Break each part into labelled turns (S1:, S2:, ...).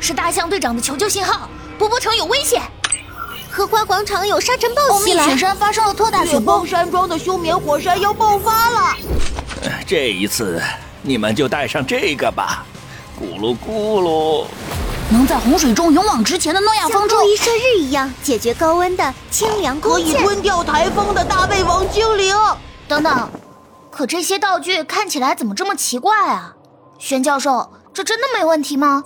S1: 是大象队长的求救信号，波波城有危险。
S2: 荷花广场有沙尘暴
S3: 欧
S2: 袭
S3: 米
S2: 来
S3: 雪，山发生了特大雪
S4: 雪
S3: 崩
S4: 崩，山庄的休眠火山要爆发了。
S5: 这一次你们就带上这个吧，咕噜咕噜。
S1: 能在洪水中勇往直前的诺亚
S2: 像
S1: 方舟
S2: 布，衣射日一样解决高温的清凉
S4: 可
S2: 弓
S4: 以
S2: 箭。
S4: 吞掉台风的大胃王精灵，
S1: 等等，可这些道具看起来怎么这么奇怪啊？玄教授，这真的没问题吗？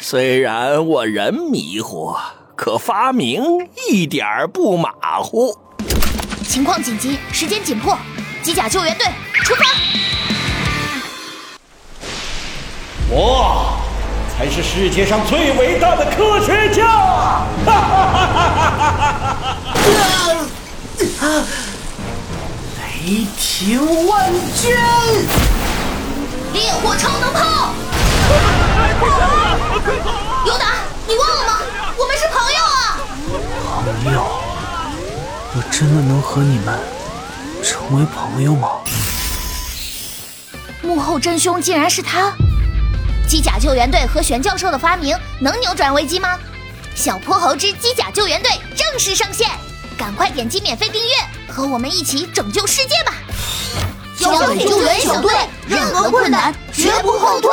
S5: 虽然我人迷糊，可发明一点儿不马虎。
S1: 情况紧急，时间紧迫，机甲救援队出发！
S6: 我才是世界上最伟大的科学家！ 雷霆万钧，
S1: 烈火超能炮！尤达，你忘了吗？我们是朋友啊！
S7: 我真的能和你们成为朋友吗？
S1: 幕后真凶竟然是他！机甲救援队和玄教授的发明能扭转危机吗？小泼猴之机甲救援队正式上线，赶快点击免费订阅，和我们一起拯救世界吧！
S3: 小
S1: 小
S3: 队救援小队任何困难绝不后退。